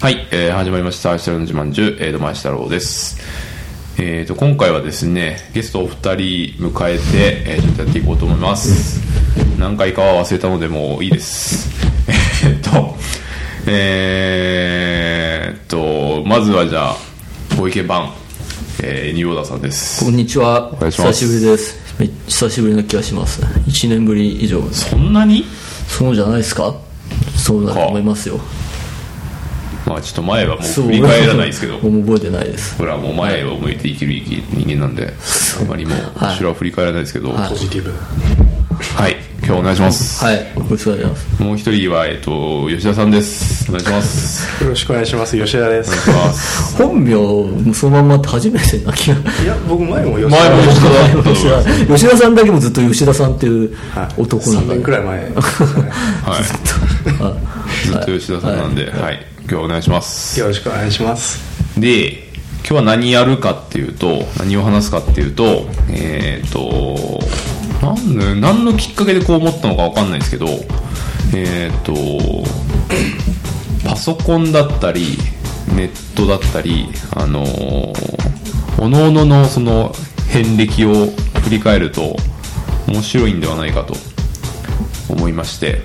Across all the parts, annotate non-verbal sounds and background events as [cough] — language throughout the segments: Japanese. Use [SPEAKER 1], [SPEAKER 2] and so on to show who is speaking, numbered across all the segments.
[SPEAKER 1] はい、えー始まりました「明日の自慢中」えー、どうも明日太郎ですえー、と今回はですねゲストお二人迎えて、えーちょっとやっていこうと思います何回かは忘れたのでもういいです [laughs] えーっとえー、っとまずはじゃあ小池番えー、ニオダさんです
[SPEAKER 2] こんにちは。
[SPEAKER 1] 願いしま
[SPEAKER 2] 久
[SPEAKER 1] す
[SPEAKER 2] しぶりです。め久しぶりな気がします。1年ぶり以上。
[SPEAKER 1] そんなに
[SPEAKER 2] そうじゃないですかそうだと思いますよ。
[SPEAKER 1] まあちょっと前はもう
[SPEAKER 2] そう
[SPEAKER 1] 振り返らないですけど
[SPEAKER 2] [laughs] もう覚えてないです。
[SPEAKER 1] ほらもう前を向いて生きる人間なんであまりもう
[SPEAKER 2] はい
[SPEAKER 1] 後ろは振り返らないですけど
[SPEAKER 2] はい
[SPEAKER 1] はい、
[SPEAKER 3] ポジティブ
[SPEAKER 1] 今日お願いします、
[SPEAKER 2] はい。ごちそうさまです。
[SPEAKER 1] もう一人はえっと吉田さんですお願いします
[SPEAKER 3] よろしくお願いします吉田で
[SPEAKER 1] お願い
[SPEAKER 3] す
[SPEAKER 1] します
[SPEAKER 2] 本名もそのまんまって初めてな気が。
[SPEAKER 3] いや僕前も吉
[SPEAKER 2] [laughs]
[SPEAKER 3] 田
[SPEAKER 1] 前も吉田だったと思い
[SPEAKER 2] 吉
[SPEAKER 1] ま
[SPEAKER 2] 田
[SPEAKER 1] す
[SPEAKER 2] [laughs] 吉田さんだけもずっと吉田さんっていう
[SPEAKER 3] はい
[SPEAKER 2] 男なん
[SPEAKER 3] 3
[SPEAKER 2] だ
[SPEAKER 3] 年くら
[SPEAKER 2] [laughs]
[SPEAKER 3] い前ですね
[SPEAKER 1] はいずっと吉田さんなんではい、今日はお願いします
[SPEAKER 3] よろしくお願いします
[SPEAKER 1] で今日は何やるかっていうと何を話すかっていうとえっ、となんの何のきっかけでこう思ったのかわかんないですけどえっ、とパソコンだったりネットだったりあのー、おのおののその遍歴を振り返ると面白いんではないかと思いまして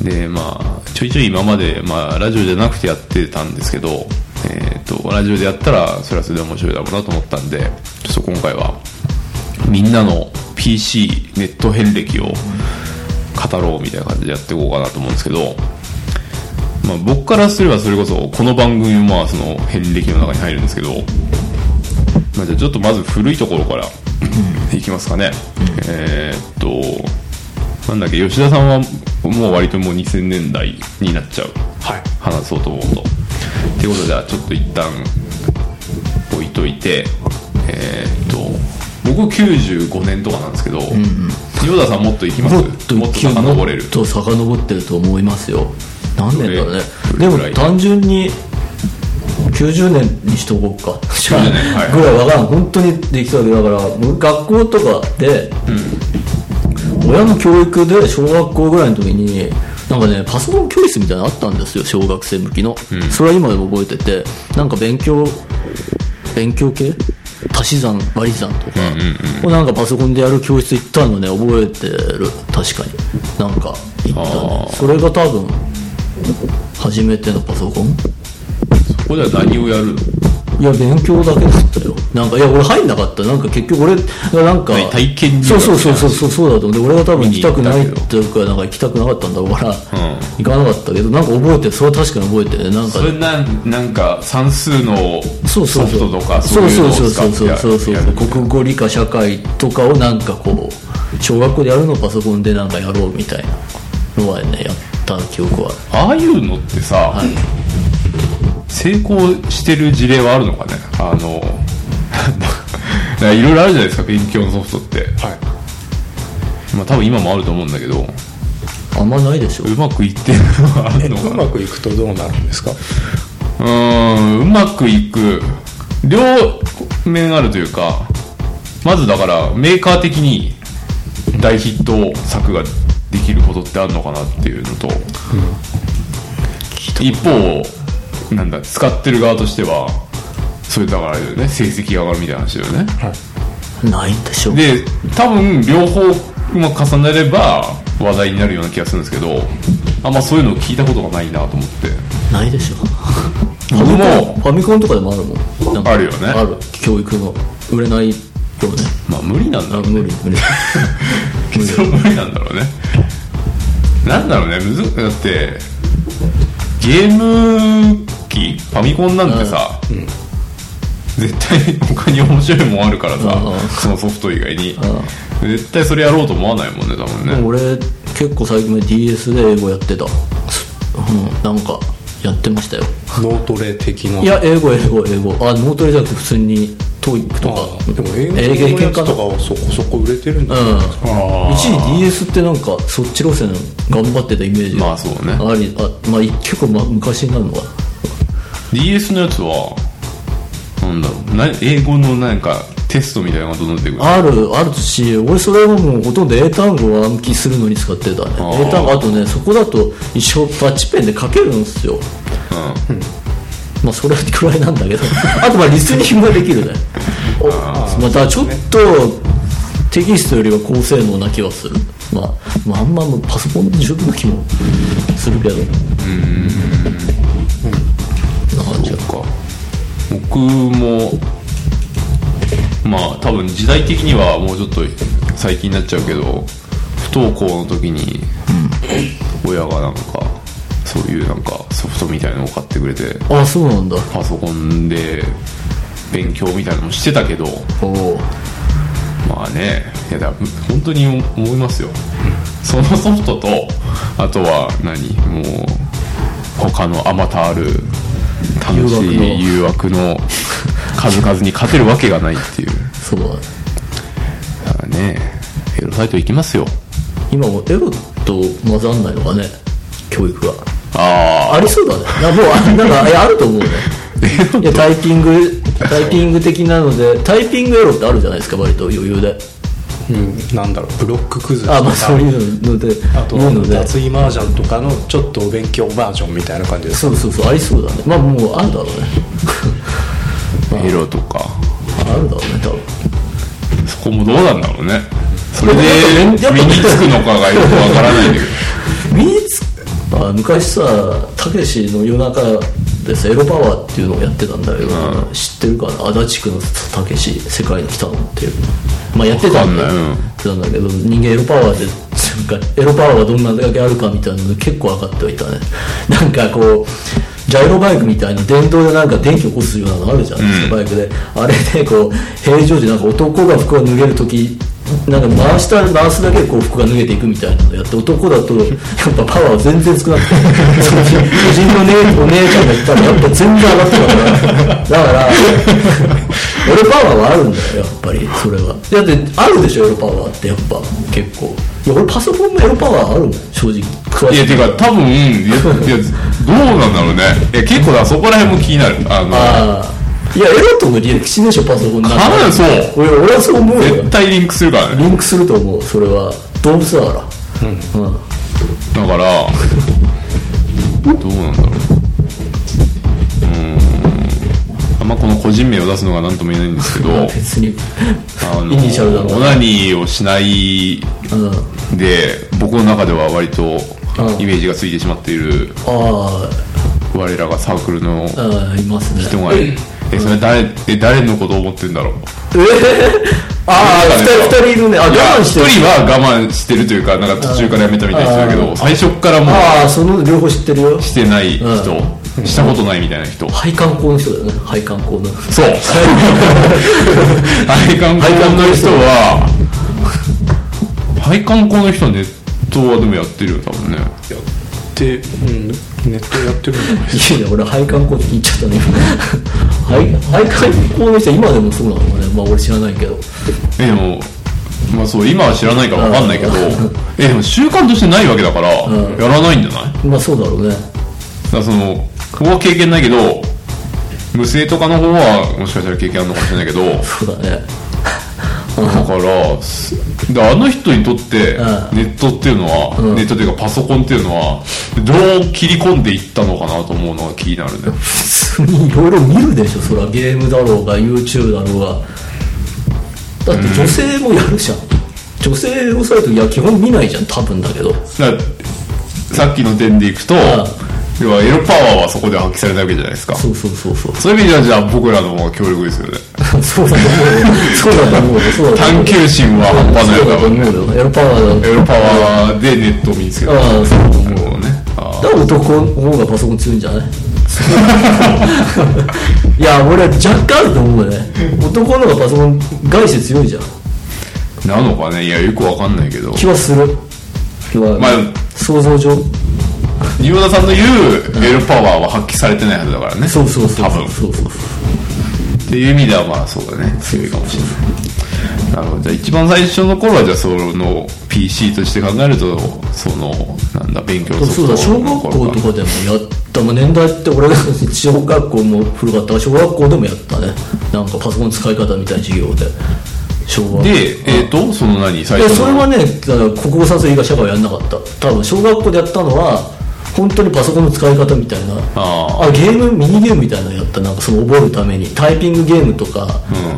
[SPEAKER 1] でまあちょいちょい今まで、まあ、ラジオじゃなくてやってたんですけど、えー、とラジオでやったらそれはそれで面白いだろうなと思ったんでちょっと今回はみんなの PC ネット遍歴を語ろうみたいな感じでやっていこうかなと思うんですけど、まあ、僕からすればそれこそこの番組もまあその遍歴の中に入るんですけど、まあ、じゃあちょっとまず古いところからいきますかね、えー、っとなんだっけ吉田さんはもう割ともう2000年代になっちゃう
[SPEAKER 3] はい
[SPEAKER 1] 話そうと思うとってことでじゃあちょっと一旦置いといてえー、っと僕95年とかなんですけど、ヨダさんもっといきます
[SPEAKER 2] も
[SPEAKER 1] も
[SPEAKER 2] っと
[SPEAKER 1] っと遡れる
[SPEAKER 2] もっと遡ってると思いますよ何年だろうね
[SPEAKER 1] どれど
[SPEAKER 2] で
[SPEAKER 1] れ
[SPEAKER 2] も
[SPEAKER 1] ぐらい
[SPEAKER 2] 単純に90年にしとこうか
[SPEAKER 1] 90年はい
[SPEAKER 2] ぐらいわからん本当にできたわけだから僕学校とかで、親の教育で小学校ぐらいの時になんかねパソコン教室みたいなのあったんですよ小学生向きの、それは今でも覚えててなんか勉強勉強系足し算割り算とか、をなんかパソコンでやる教室行ったのね覚えてる確かになんか行った
[SPEAKER 1] あ
[SPEAKER 2] ね
[SPEAKER 1] ー
[SPEAKER 2] それが多分初めてのパソコン
[SPEAKER 1] ここでは何をやるの
[SPEAKER 2] いや勉強だけだったよなんかいや俺入んなかったなんか結局俺なんか
[SPEAKER 1] 体体験入
[SPEAKER 2] そ
[SPEAKER 1] 学
[SPEAKER 2] うそうそうそう
[SPEAKER 1] み
[SPEAKER 2] そうそうだと思って俺が多分行きたくない
[SPEAKER 1] 見に行ったけど
[SPEAKER 2] っていうかなんか行きたくなかったんだろうから、
[SPEAKER 1] ん
[SPEAKER 2] 行かなかったけどなんか覚えてるそれは確かに覚えてるねなんか
[SPEAKER 1] それなんなんか算数のソ
[SPEAKER 2] そうそう
[SPEAKER 1] フ
[SPEAKER 2] そ
[SPEAKER 1] ト
[SPEAKER 2] う
[SPEAKER 1] とか
[SPEAKER 2] そ
[SPEAKER 1] そうういう
[SPEAKER 2] そ
[SPEAKER 1] の
[SPEAKER 2] う
[SPEAKER 1] を
[SPEAKER 2] そう
[SPEAKER 1] 使
[SPEAKER 2] そう
[SPEAKER 1] って
[SPEAKER 2] そう
[SPEAKER 1] や
[SPEAKER 2] そうそう
[SPEAKER 1] やるみたいな
[SPEAKER 2] 国語理科社会とかをなんかこう小学校でやるのをパソコンでなんかやろうみたいなのはねやった記憶は
[SPEAKER 1] ああいうのってさ、成功してる事例はあるのかねあの [laughs] なんかいろいろあるじゃないですか勉強のソフトって、
[SPEAKER 3] はい
[SPEAKER 1] まあ、多分今もあると思うんだけどう
[SPEAKER 2] あんまないでしょ
[SPEAKER 1] まくいってるのはあるの
[SPEAKER 3] う
[SPEAKER 1] かな
[SPEAKER 3] まくいくとどうなるんですか
[SPEAKER 1] うーんうまくいく両面あるというかまずだからメーカー的に大ヒット作ができることってあるのかなっていうのと、一方なんだ使ってる側としてはそれだからあれだよね成績が上がるみたいな話だよね
[SPEAKER 2] ないんでしょ
[SPEAKER 1] で多分両方うまく重ねれば話題になるような気がするんですけどあんまそういうのを聞いたことがないなと思って
[SPEAKER 2] ないでしょ
[SPEAKER 1] 僕も
[SPEAKER 2] ファミコンとかでもあるもんなんか
[SPEAKER 1] あるよね
[SPEAKER 2] ある教育の売れないよね
[SPEAKER 1] まあ無理なんだ
[SPEAKER 2] あ
[SPEAKER 1] ろうね
[SPEAKER 2] 無理無理
[SPEAKER 1] それは無理なんだろうねなんだろうねむずだってゲーム機ファミコンなんてさ、絶対に他に面白いもんあるからさ、
[SPEAKER 2] うん
[SPEAKER 1] そのソフト以外に、絶対それやろうと思わないもんね多分ね、
[SPEAKER 2] でも俺結構最近まで DS で英語やってたうんなんかやってましたよ
[SPEAKER 3] 脳トレ的ない
[SPEAKER 2] や英語英語英語あ脳トレじゃなくて普通に TOEIC と
[SPEAKER 3] あ
[SPEAKER 2] か
[SPEAKER 3] でも英語のやつとかはそこそこ売れてるんですよ、
[SPEAKER 2] 一時 DS ってなんかそっち路線頑張ってたイメージ
[SPEAKER 1] まあそうね
[SPEAKER 2] ありあまあい結構、ま、昔になるのか
[SPEAKER 1] DS のやつはなんだろうな英語のなんかテストみたいなのがどんどん出てくる
[SPEAKER 2] あるあるし俺それはもうほとんど英単語を暗記するのに使ってたね
[SPEAKER 1] あー
[SPEAKER 2] 英単語あとねそこだと一生タッチペンで書けるんですよ
[SPEAKER 1] うん
[SPEAKER 2] まあそれくらいなん
[SPEAKER 1] [laughs]
[SPEAKER 2] だけどあとまあリスニングができるねまたちょっとテキストよりは高性能な気はするまあ、まあ、あんまもうパソコン十分な気もするけどうんな感じ
[SPEAKER 1] そっか僕もまあ多分時代的にはもうちょっと最近になっちゃうけど不登校の時に親がなんかそういうなんかソフトみたいのを買ってくれて
[SPEAKER 2] あそうなんだ
[SPEAKER 1] パソコンで勉強みたいなのもしてたけど
[SPEAKER 2] おお
[SPEAKER 1] まあねいやだ本当に思いますよそのソフトとあとは何もう他のあまたある楽しい誘惑の数々に勝てるわけがないっていう
[SPEAKER 2] そうだね
[SPEAKER 1] だからねエロサイト行きますよ
[SPEAKER 2] 今もエロと混ざんないのかね教育が
[SPEAKER 1] あ
[SPEAKER 2] ありそう
[SPEAKER 3] [laughs]
[SPEAKER 2] だねいやもうあなんかいやあると思うねいやタイピングタイピング的なのでタイピングエロってあるじゃないですか割と余裕で
[SPEAKER 3] うん、なんだろうブロック崩し
[SPEAKER 2] あ
[SPEAKER 3] と
[SPEAKER 2] まあ
[SPEAKER 3] か
[SPEAKER 2] そういうので
[SPEAKER 3] あと
[SPEAKER 2] いうので
[SPEAKER 3] 脱衣マージャンとかのちょっとお勉強バージョンみたいな感じです
[SPEAKER 2] そうそうそうありそうだねまあもうあるだろうね
[SPEAKER 1] あエロとか
[SPEAKER 2] あるだろうね多分
[SPEAKER 1] そこもどうなんだろうねそれで
[SPEAKER 2] やっぱ
[SPEAKER 1] 身につくのかがよくわからないんだけど
[SPEAKER 2] 身につあ昔さたけしの夜中でさエロパワーっていうのをやってたんだけど、知ってるかな足立区のたけし世界に来たのっていうまあやってたんだ
[SPEAKER 1] わかんない
[SPEAKER 2] よ、
[SPEAKER 1] うん
[SPEAKER 2] やってたんだけど人間エロパワーでなんかエロパワーがどんなだけあるかみたいなの結構分かってはいたねなんかこうジャイロバイクみたいな電動でなんか電気起こすようなのあるじゃないですか、バイクであれでこう平常時なんか男が服が脱げる時なんか回したら回すだけでこう服が脱げていくみたいなのやって男だとやっぱパワー全然少なくてそのうちうちの姉お姉ちゃんが言ったらやっぱ全然上がってたからだからエロパワーはあるんだよやっぱりそれはだってあるでしょエロパワーってやっぱ結構いや俺パソコンもエロパワーあるもん正直
[SPEAKER 1] [laughs]
[SPEAKER 2] 詳
[SPEAKER 1] い
[SPEAKER 2] し
[SPEAKER 1] や
[SPEAKER 2] く
[SPEAKER 1] ていうか多分いやいやどうなんだろうねいや結構だからそこら辺も気になるあの
[SPEAKER 2] ああいやエロとの履歴しでしょパソコンなん
[SPEAKER 1] かなりそう
[SPEAKER 2] 俺俺はそう思うよ
[SPEAKER 1] 絶対リンクするからね
[SPEAKER 2] リンクすると思うそれは動物だから
[SPEAKER 1] だからどうなんだろううーんあんまこの個人名を出すのが何とも言えないんですけど
[SPEAKER 2] 別に
[SPEAKER 1] あの
[SPEAKER 2] イニシャルだろうな
[SPEAKER 1] オナニーをしない
[SPEAKER 2] うんあ
[SPEAKER 1] で僕の中では割と
[SPEAKER 2] うん
[SPEAKER 1] イメージがついてしまっている
[SPEAKER 2] あ
[SPEAKER 1] 我らがサークルの人
[SPEAKER 2] ああいますね
[SPEAKER 1] がえそれ誰え誰のことを思ってるんだろう
[SPEAKER 2] ええああ
[SPEAKER 1] なんかね
[SPEAKER 2] 2人二人いるねあ我
[SPEAKER 1] いや
[SPEAKER 2] 慢
[SPEAKER 1] 一
[SPEAKER 2] してる
[SPEAKER 1] 人は我慢してるというかなんか途中からやめたみたいな人だけど最初っからもう
[SPEAKER 2] ああその両方知ってるよ
[SPEAKER 1] してない人、したことないみたいな人、
[SPEAKER 2] 配管工の人だよね配管工の
[SPEAKER 1] そう [laughs] 配管工の人は配管工の人はネットはでもやってるよ多分ね
[SPEAKER 3] やって、うん、ネットやってるんだ
[SPEAKER 2] いやいや俺配管工って聞いちゃったね今配配管工の人今でもそうなのかねまあ俺知らないけど
[SPEAKER 1] えでもまあそう今は知らないから分かんないけどえでも習慣としてないわけだからやらないんじゃないだか
[SPEAKER 2] まあそうだろうね
[SPEAKER 1] らそのここは経験ないけど無声とかの方はもしかしたら経験あるのかもしれないけど
[SPEAKER 2] そうだね
[SPEAKER 1] だからすであの人にとって
[SPEAKER 2] う
[SPEAKER 1] ネットっていうのは、ネットというかパソコンっていうのはどう切り込んでいったのかなと思うのが気になるね
[SPEAKER 2] 普通にいろいろ見るでしょそらゲームだろうが YouTube だろうがだって女性もやるじゃん、女性をされるといや基本見ないじゃん多分だけど
[SPEAKER 1] ださっきの点でいくと、要はエロパワーはそこで発揮されたわけじゃないですか
[SPEAKER 2] そうそうそうそう [laughs]
[SPEAKER 1] そういう意味ではじゃあ僕らの方が強力ですよね
[SPEAKER 2] そうだと思うよそうだと思うよそうだと思う
[SPEAKER 1] 探
[SPEAKER 2] よ
[SPEAKER 1] 求心は半端ない
[SPEAKER 2] そうだと
[SPEAKER 1] よね
[SPEAKER 2] 思うよエロパワーだ
[SPEAKER 1] エロパワーでネットを身につけた
[SPEAKER 2] ああそうだと
[SPEAKER 1] な
[SPEAKER 2] 思う
[SPEAKER 1] るほどねあ
[SPEAKER 2] だから男の方がパソコン強いんじゃない [laughs] いや俺は若干あると思うね男の方がパソコン外して強いじゃん
[SPEAKER 1] あなのかねいやよくわかんないけど
[SPEAKER 2] 気はする気は、
[SPEAKER 1] まあ
[SPEAKER 2] 想像上
[SPEAKER 1] 岩田さんの言うエロパワーは発揮されてないはずだからね
[SPEAKER 2] そうそうそう
[SPEAKER 1] 多分
[SPEAKER 2] そうそうそう
[SPEAKER 1] っていう意味ではまあそうだね強いかもしれないなるほどじゃあ一番最初の頃はじゃあその PC として考えるとそのなんだ勉強
[SPEAKER 2] そうだ小学校とかでもやった、まあ、年代って俺が小学校も古かったから小学校でもやったねなんかパソコン使い方みたいな授業で小学校
[SPEAKER 1] でえっ、とその何最
[SPEAKER 2] いや
[SPEAKER 1] 初の
[SPEAKER 2] それはねだから国語算数以外社会はやんなかった多分小学校でやったのは本当にパソコンの使い方みたいな
[SPEAKER 1] あ
[SPEAKER 2] あゲームミニゲームみたいなのやったなんかその覚えるためにタイピングゲームとか、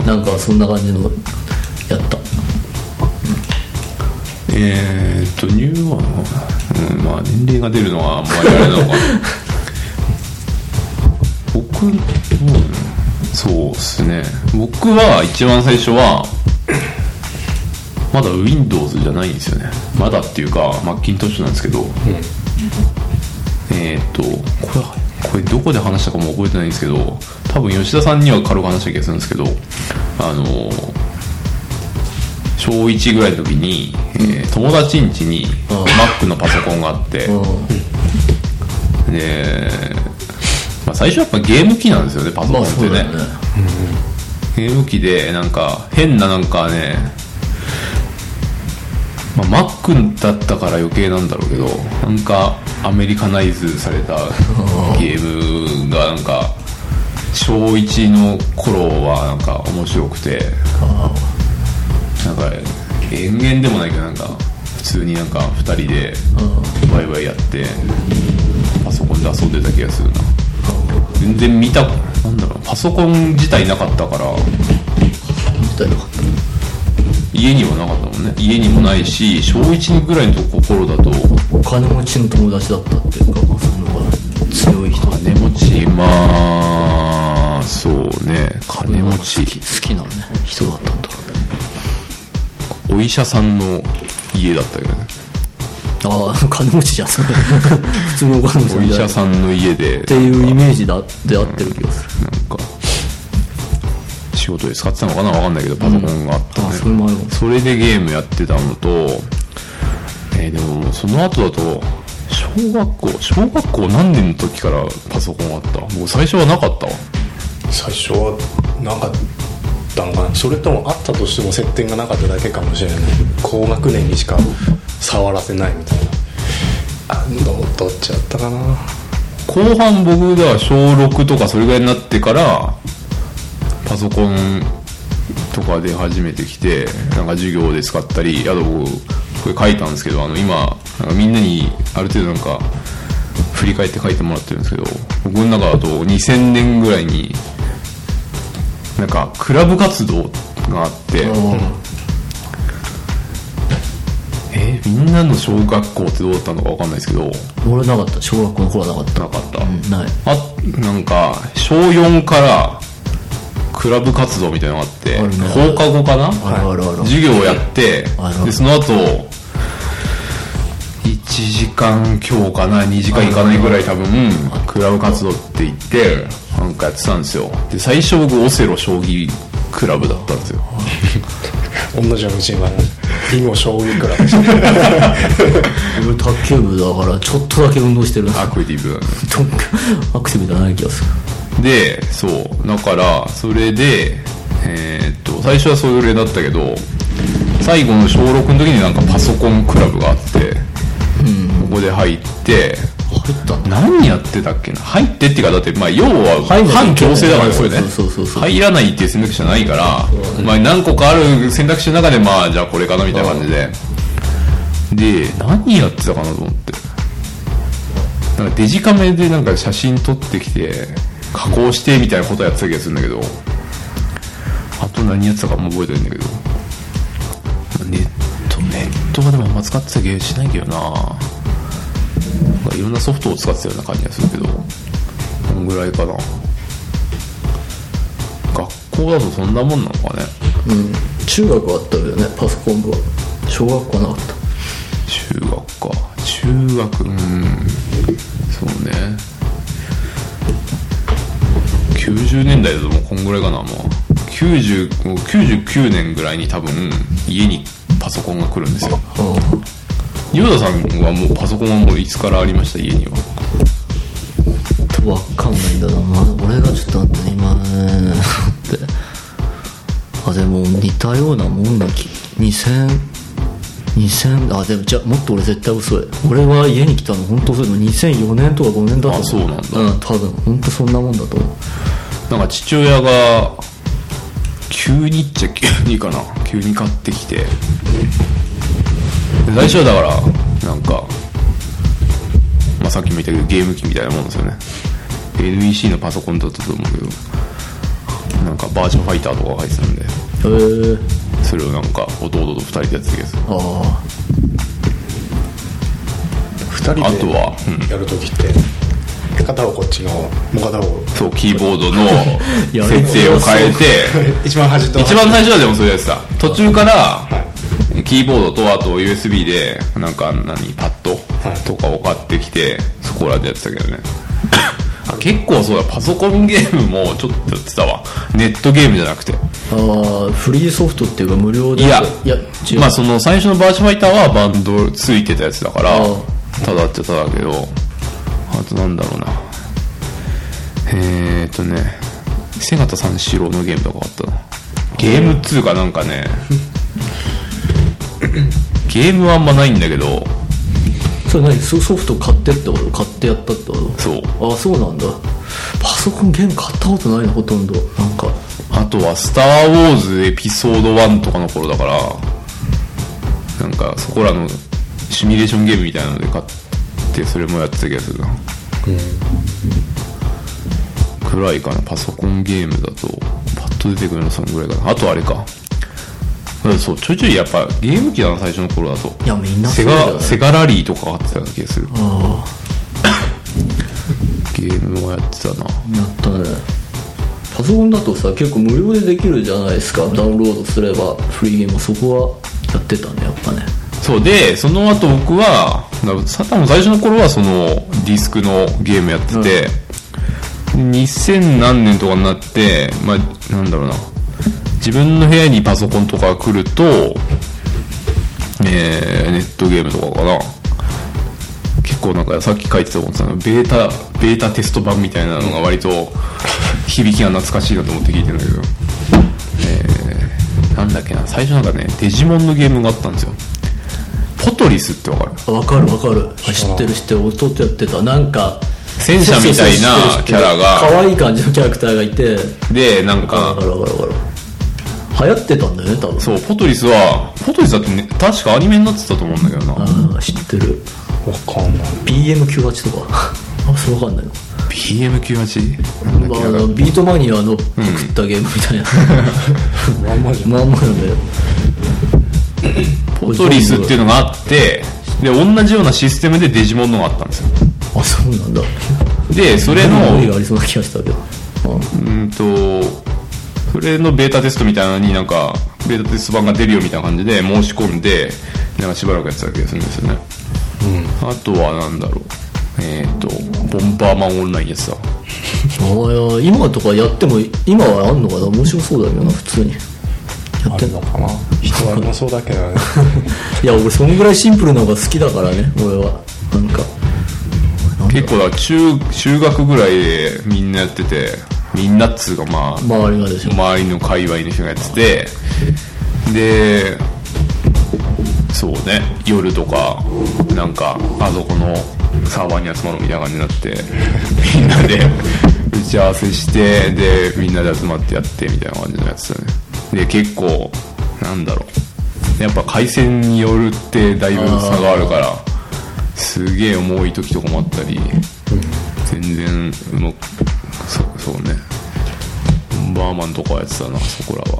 [SPEAKER 2] なんかそんな感じのやった
[SPEAKER 1] えー、っとニューヨークの、うん、まあ年齢が出るのはあんまりあれなのかな僕うんそうですね僕は一番最初はまだ Windows じゃないんですよねまだっていうか Macintosh なんですけど、えーっとこれこれどこで話したかも覚えてないんですけど多分吉田さんには軽く話した気がするんですけどあの小1ぐらいの時に、えー友達ん家に Mac のパソコンがあって、
[SPEAKER 2] うん
[SPEAKER 1] で、まあ、最初やっぱゲーム機なんですよねパソコ
[SPEAKER 2] ま
[SPEAKER 1] ン
[SPEAKER 2] あ
[SPEAKER 1] っ
[SPEAKER 2] そ
[SPEAKER 1] て
[SPEAKER 2] うだ
[SPEAKER 1] ね,、
[SPEAKER 2] よね
[SPEAKER 1] ゲーム機でなんか変ななんかね、まあ、Mac だったから余計なんだろうけどなんかアメリカナイズされたゲームがなんか小1の頃はなんか面白くてなんか延々でもないけどなんか普通になんか2人でワイワイやってパソコンで遊んでた気がするな全然見たなんだろうパソコン自体なかったから
[SPEAKER 2] みたいなこと
[SPEAKER 1] 家にはなかったもんね家にもないし小1ぐらいの頃だと
[SPEAKER 2] お金持ちの友達だったっていうかまあそういうのが強い人
[SPEAKER 1] 金持ちまあそうね金持
[SPEAKER 2] 好
[SPEAKER 1] ち
[SPEAKER 2] き好きなね人だったんだろうね
[SPEAKER 1] お医者さんの家だったけどね
[SPEAKER 2] ああ [laughs] 金持ちじゃんそれ普通にお金持ち
[SPEAKER 1] お
[SPEAKER 2] み
[SPEAKER 1] 医
[SPEAKER 2] た
[SPEAKER 1] 者
[SPEAKER 2] いなっ
[SPEAKER 1] さんの家で
[SPEAKER 2] ていうイメージだって合ってる気がする、
[SPEAKER 1] なんか仕事で使ってたのかなわかんないけどパソコンがあったね、
[SPEAKER 2] ああそれもあるかも
[SPEAKER 1] それでゲームやってたのと、えーでもその後だと小学校小学校何年の時からパソコンあったもう最初はなかったわ
[SPEAKER 3] 最初はなかったのかなそれともあったとしても接点がなかっただけかもしれない高学年にしか触らせないみたいなあどどっちだったかな
[SPEAKER 1] 後半僕では小6とかそれぐらいになってからパソコンとかで初めてきてなんか授業で使ったりあと僕これ書いたんですけどあの今なんかみんなにある程度なんか振り返って書いてもらってるんですけど僕の中だと2000年ぐらいになんかクラブ活動があって、えーみんなの小学校ってどうだったのか分かんないですけど
[SPEAKER 2] うん俺なかった小学校の頃はなかった
[SPEAKER 1] なかった、
[SPEAKER 2] ない
[SPEAKER 1] あなんか小4からクラブ活動みたいなのがあって
[SPEAKER 2] あるね
[SPEAKER 1] 放課後かな
[SPEAKER 2] あるあるある
[SPEAKER 1] 授業をやって
[SPEAKER 2] あるある
[SPEAKER 1] でその後1時間強かな2時間いかないぐらい多分クラブ活動って言ってなんかやってたんですよで最初僕オセロ将棋クラブだったんですよ
[SPEAKER 3] 同じようなチームだね今将棋クラブでした
[SPEAKER 2] 俺卓球部だからちょっとだけ運動してるな
[SPEAKER 1] アクティブなね
[SPEAKER 2] アクティブじゃない気がする
[SPEAKER 1] でそうだからそれでえーっと最初はそれだったけど最後の小6の時になんかパソコンクラブがあって、ここで入って
[SPEAKER 2] 入ったんだ
[SPEAKER 1] 何やってたっけな入ってっていうかだってまあ要は
[SPEAKER 2] 入んない
[SPEAKER 1] 反強制だからねこれね
[SPEAKER 2] そうそうそうそう
[SPEAKER 1] 入らないっていう選択肢じゃないから、まあ、何個かある選択肢の中でまあじゃあこれかなみたいな感じでで何やってたかなと思ってなんかデジカメでなんか写真撮ってきて加工してみたいなことやってた気がするんだけどあと何やってたかも覚えてないんだけどネットネットがでもあんま使ってた気がしないけどななんかいろんなソフトを使ってたような感じがするけどこんぐらいかな学校だとそんなもんなのかね
[SPEAKER 2] うん中学はあったけどねパソコン部は小学校はなかった
[SPEAKER 1] 中学か中学うんそうね90年代だともうこんぐらいかなもう90もう99年ぐらいに多分家にパソコンが来るんですよ
[SPEAKER 2] うん
[SPEAKER 1] ヨダさんはもうパソコンはもういつからありました家には
[SPEAKER 2] とわかんないんだな、まあ、俺がちょっと待ってね今ねってあでも似たようなもんだき2000 2000あでもじゃあもっと俺絶対遅い俺は家に来たの本当遅いの2004年とか5年だった
[SPEAKER 1] あそうなんだ
[SPEAKER 2] うん多分本当そんなもんだと思う
[SPEAKER 1] なんか父親が急にっちゃ急にかな急に買ってきてで最初はだからなんか、まあ、さっきも言ったけどゲーム機みたいなもんですよね NEC のパソコンだったと思うけどなんかバーチャファイターとかが入ってたんで
[SPEAKER 2] へえ
[SPEAKER 1] それをなんか弟と2人でやってた気がする
[SPEAKER 2] ああ
[SPEAKER 3] 2人で
[SPEAKER 1] あとはうん
[SPEAKER 3] やる時って、片方こっちのもう片方
[SPEAKER 1] そうキーボードの
[SPEAKER 2] いや
[SPEAKER 1] 設定を変えて
[SPEAKER 3] 一番端と
[SPEAKER 1] 一番最初はでもそれやってた途中からキーボードとあと USB でなんか何パッド
[SPEAKER 3] はい
[SPEAKER 1] とかを買ってきてそこらでやってたけど
[SPEAKER 2] [laughs]
[SPEAKER 1] ねあ結構そうだパソコンゲームもちょっとやってたわネットゲームじゃなくて
[SPEAKER 2] ああフリーソフトっていうか無料で
[SPEAKER 1] いや
[SPEAKER 2] いや違う、
[SPEAKER 1] まあその最初のバーチャファイターはバンドついてたやつだから
[SPEAKER 2] あ
[SPEAKER 1] ただってただけどあとなんだろうなえーっとね瀬形三四郎のゲームとかあったなゲームっつうかなんか
[SPEAKER 2] [laughs]
[SPEAKER 1] ねゲームはあんまないんだけど
[SPEAKER 2] それ何ソソフト買ってってこと買ってやったってこと
[SPEAKER 1] そう
[SPEAKER 2] ああそうなんだパソコンゲーム買ったことないのほとんどなんか
[SPEAKER 1] あとは「スター・ウォーズ」エピソード1とかの頃だからなんかそこらのシミュレーションゲームみたいなので買ってそれもやってた気がするなくらいかなパソコンゲームだとパッと出てくるのそのぐらいかなあとあれかうんそうちょいちょいやっぱゲーム機だな最初の頃だと
[SPEAKER 2] いやみんなそ
[SPEAKER 1] セ
[SPEAKER 2] うだよ
[SPEAKER 1] ガ
[SPEAKER 2] ね
[SPEAKER 1] セガラリーとか買ってたような気がする
[SPEAKER 2] あ
[SPEAKER 1] ゲームもやってたな
[SPEAKER 2] あやったねパソコンだとさ結構無料でできるじゃないですかダウンロードすればフリーゲームはそこはやってたねやっぱね
[SPEAKER 1] そうでその後僕はなサタンも最初の頃はそのディスクのゲームやってて、2000何年とかになってまあなんだろうな自分の部屋にパソコンとかが来ると、えーネットゲームとかかな結構なんかさっき書いてたもんさベータベータテスト版みたいなのが割と響きが懐かしいなと思って聞いてるんだけど、えーなんだっけな最初なんかねデジモンのゲームがあったんですよポトリスってわかる
[SPEAKER 2] あわかるわかるあ知ってる知ってる弟やってたなんか
[SPEAKER 1] 戦車みたいなキャラが
[SPEAKER 2] 可愛い感じのキャラクターがいて
[SPEAKER 1] でなん
[SPEAKER 2] わ
[SPEAKER 1] か
[SPEAKER 2] かるわかるわかる流行ってたんだよね多分
[SPEAKER 1] そうポトリスはポトリスだって、ね、確かアニメになってたと思うんだけどな
[SPEAKER 2] ああ知ってる
[SPEAKER 3] 分かんない
[SPEAKER 2] BM98 とか [laughs] あそうわかんないの
[SPEAKER 1] BM98 なんだっけな
[SPEAKER 2] まああ
[SPEAKER 1] ん
[SPEAKER 2] の
[SPEAKER 1] か
[SPEAKER 2] ビートマニアの作ったゲームみたいな、
[SPEAKER 3] まんまじゃん
[SPEAKER 2] まあまあなんだよポ
[SPEAKER 1] [laughs] ポトリスっていうのがあってで同じようなシステムでデジモンのがあったんですよ
[SPEAKER 2] あそうなんだ
[SPEAKER 1] でそれ
[SPEAKER 2] 無理
[SPEAKER 1] の
[SPEAKER 2] がありそうな気がしたけど
[SPEAKER 1] うんとそれのベータテストみたいなのになんかベータテスト版が出るよみたいな感じで申し込んでなんかしばらくやってた気がするんですよね、あとはなんだろうえっ、とボンバーマンオンラインやつだ
[SPEAKER 2] ああいや今とかやっても今はあんのかな面白そうだけどな普通にや
[SPEAKER 3] あ
[SPEAKER 2] って
[SPEAKER 3] る
[SPEAKER 2] んの
[SPEAKER 3] のかな人はなそうだけどね
[SPEAKER 2] いや俺そんぐらいシンプルなのが好きだからね俺はなんか
[SPEAKER 1] 結構だから中中学ぐらいでみんなやっててみんなっつうかまあ
[SPEAKER 2] 周りがでしょ
[SPEAKER 1] 周りの界隈の人がやっててでそうね夜とかなんかあそこのサーバーに集まろうみたいな感じになってみんなで打ち合わせしてでみんなで集まってやってみたいな感じのやつだねで結構なんだろうやっぱ回線によるってだいぶ差があるからすげえ重い時とかもあったり全然うまくそうそうねバーマンとかやってたなそこらは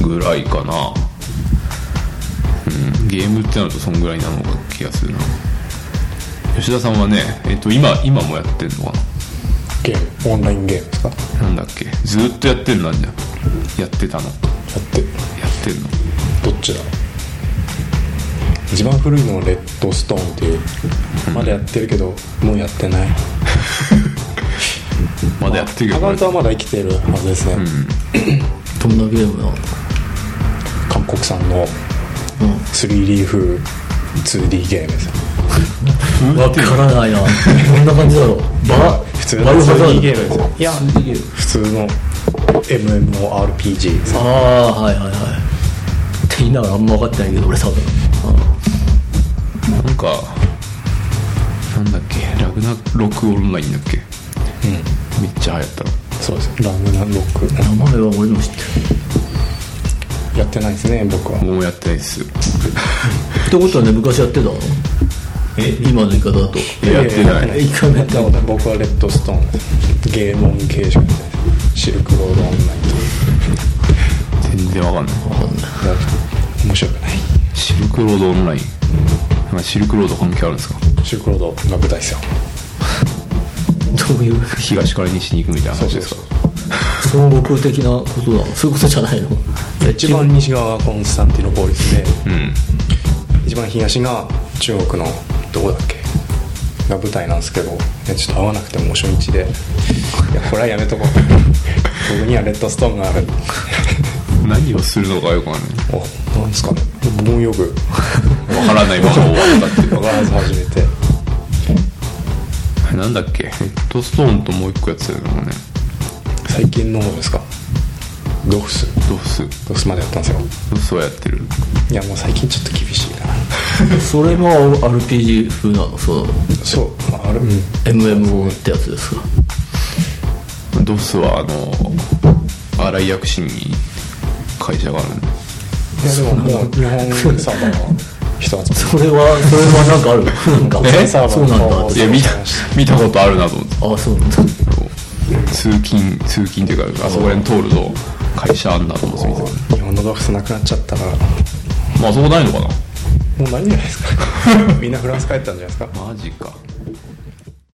[SPEAKER 1] ぐらいかなうんゲームってなるとそんぐらいなのか気がするな吉田さんはねえっと今今もやってんのか
[SPEAKER 3] ゲームオンラインゲームですかや
[SPEAKER 1] ななんだっけずーっとやってるなんじゃんやってたのや
[SPEAKER 3] って
[SPEAKER 1] ってんの
[SPEAKER 3] どっちだろう一番古いのはレッドストーンっていうまだやってるけどもうやってない
[SPEAKER 1] まだやってるけ
[SPEAKER 3] アカ
[SPEAKER 1] ど
[SPEAKER 3] ウントはまだ生きてるはずですね、
[SPEAKER 2] どんなゲームなの
[SPEAKER 3] 韓国産の 3D 風 2D ゲームです
[SPEAKER 2] わからないなどんな感じだろうバ
[SPEAKER 3] 普通の
[SPEAKER 2] バイオハザード
[SPEAKER 3] 2D ゲームですよいや
[SPEAKER 2] 2D ゲーム
[SPEAKER 3] 普通の MMORPG です
[SPEAKER 2] ああはいはいはいって言いながらあんま分かってないけど俺多分
[SPEAKER 1] なんかなんだっけラグナロクオンラインだっけめっちゃ流行ったの
[SPEAKER 3] そうですラムナロック
[SPEAKER 2] 名前は俺でも知ってる
[SPEAKER 3] やってないですね僕は
[SPEAKER 1] 僕もやってないっす
[SPEAKER 2] ってことはね昔やってたの
[SPEAKER 1] え
[SPEAKER 2] 今の言い方だと
[SPEAKER 1] いややってない
[SPEAKER 2] 一回もやってない
[SPEAKER 3] だから僕はレッドストーンゲーモン形式でシルクロードオンライン
[SPEAKER 1] 全然わかんない
[SPEAKER 3] とだから面白くない
[SPEAKER 1] シルクロードオンラインなんかシルクロード関係あるんですか
[SPEAKER 3] シルクロードが舞台ですよ
[SPEAKER 2] どういう
[SPEAKER 1] 東から西に行くみたいな話ですか
[SPEAKER 2] 孫悟空的なことなのそういうことじゃないの
[SPEAKER 3] 一番西側がコンスタンティノポーリスで
[SPEAKER 1] うん
[SPEAKER 3] 一番東が中国のどこだっけが舞台なんですけどいやちょっと合わなくてもう初日でいやこれはやめとこう僕にはレッドストーンがある
[SPEAKER 1] 何をするのかよくわかんない
[SPEAKER 3] おなんですかね文よく
[SPEAKER 1] わからないまま終わったっていう
[SPEAKER 3] 分からず始めて
[SPEAKER 1] [laughs] なんだっけレッドストーンともう一個やってたよねなんかね
[SPEAKER 3] 最近の方ですかドフス
[SPEAKER 1] ドフス
[SPEAKER 3] ドフスまでやったんですよ
[SPEAKER 1] ドフスはやってる
[SPEAKER 3] いやもう最近ちょっと厳しいな
[SPEAKER 2] それも RPG 風なのその
[SPEAKER 3] そうまあある、うん、
[SPEAKER 2] MMO ってやつですか
[SPEAKER 1] ドフスはあの荒井薬師に会社があるんで
[SPEAKER 3] いやでももう日本サーバーは人集
[SPEAKER 2] それはそれはなんかある
[SPEAKER 3] [laughs]
[SPEAKER 2] のなんか
[SPEAKER 1] え
[SPEAKER 3] サーバー
[SPEAKER 2] そうなんだ
[SPEAKER 3] の
[SPEAKER 1] いや見た見たことあるなと思って
[SPEAKER 2] あそうなんだ
[SPEAKER 1] 通勤通勤というかあそこら辺通ると会社あんなと思って見て
[SPEAKER 3] め日本のドフスなくなっちゃったからも
[SPEAKER 1] まああそこないのかな
[SPEAKER 3] [laughs] うないんじゃないですかみんなフランス帰ったんじゃないですか
[SPEAKER 1] マジか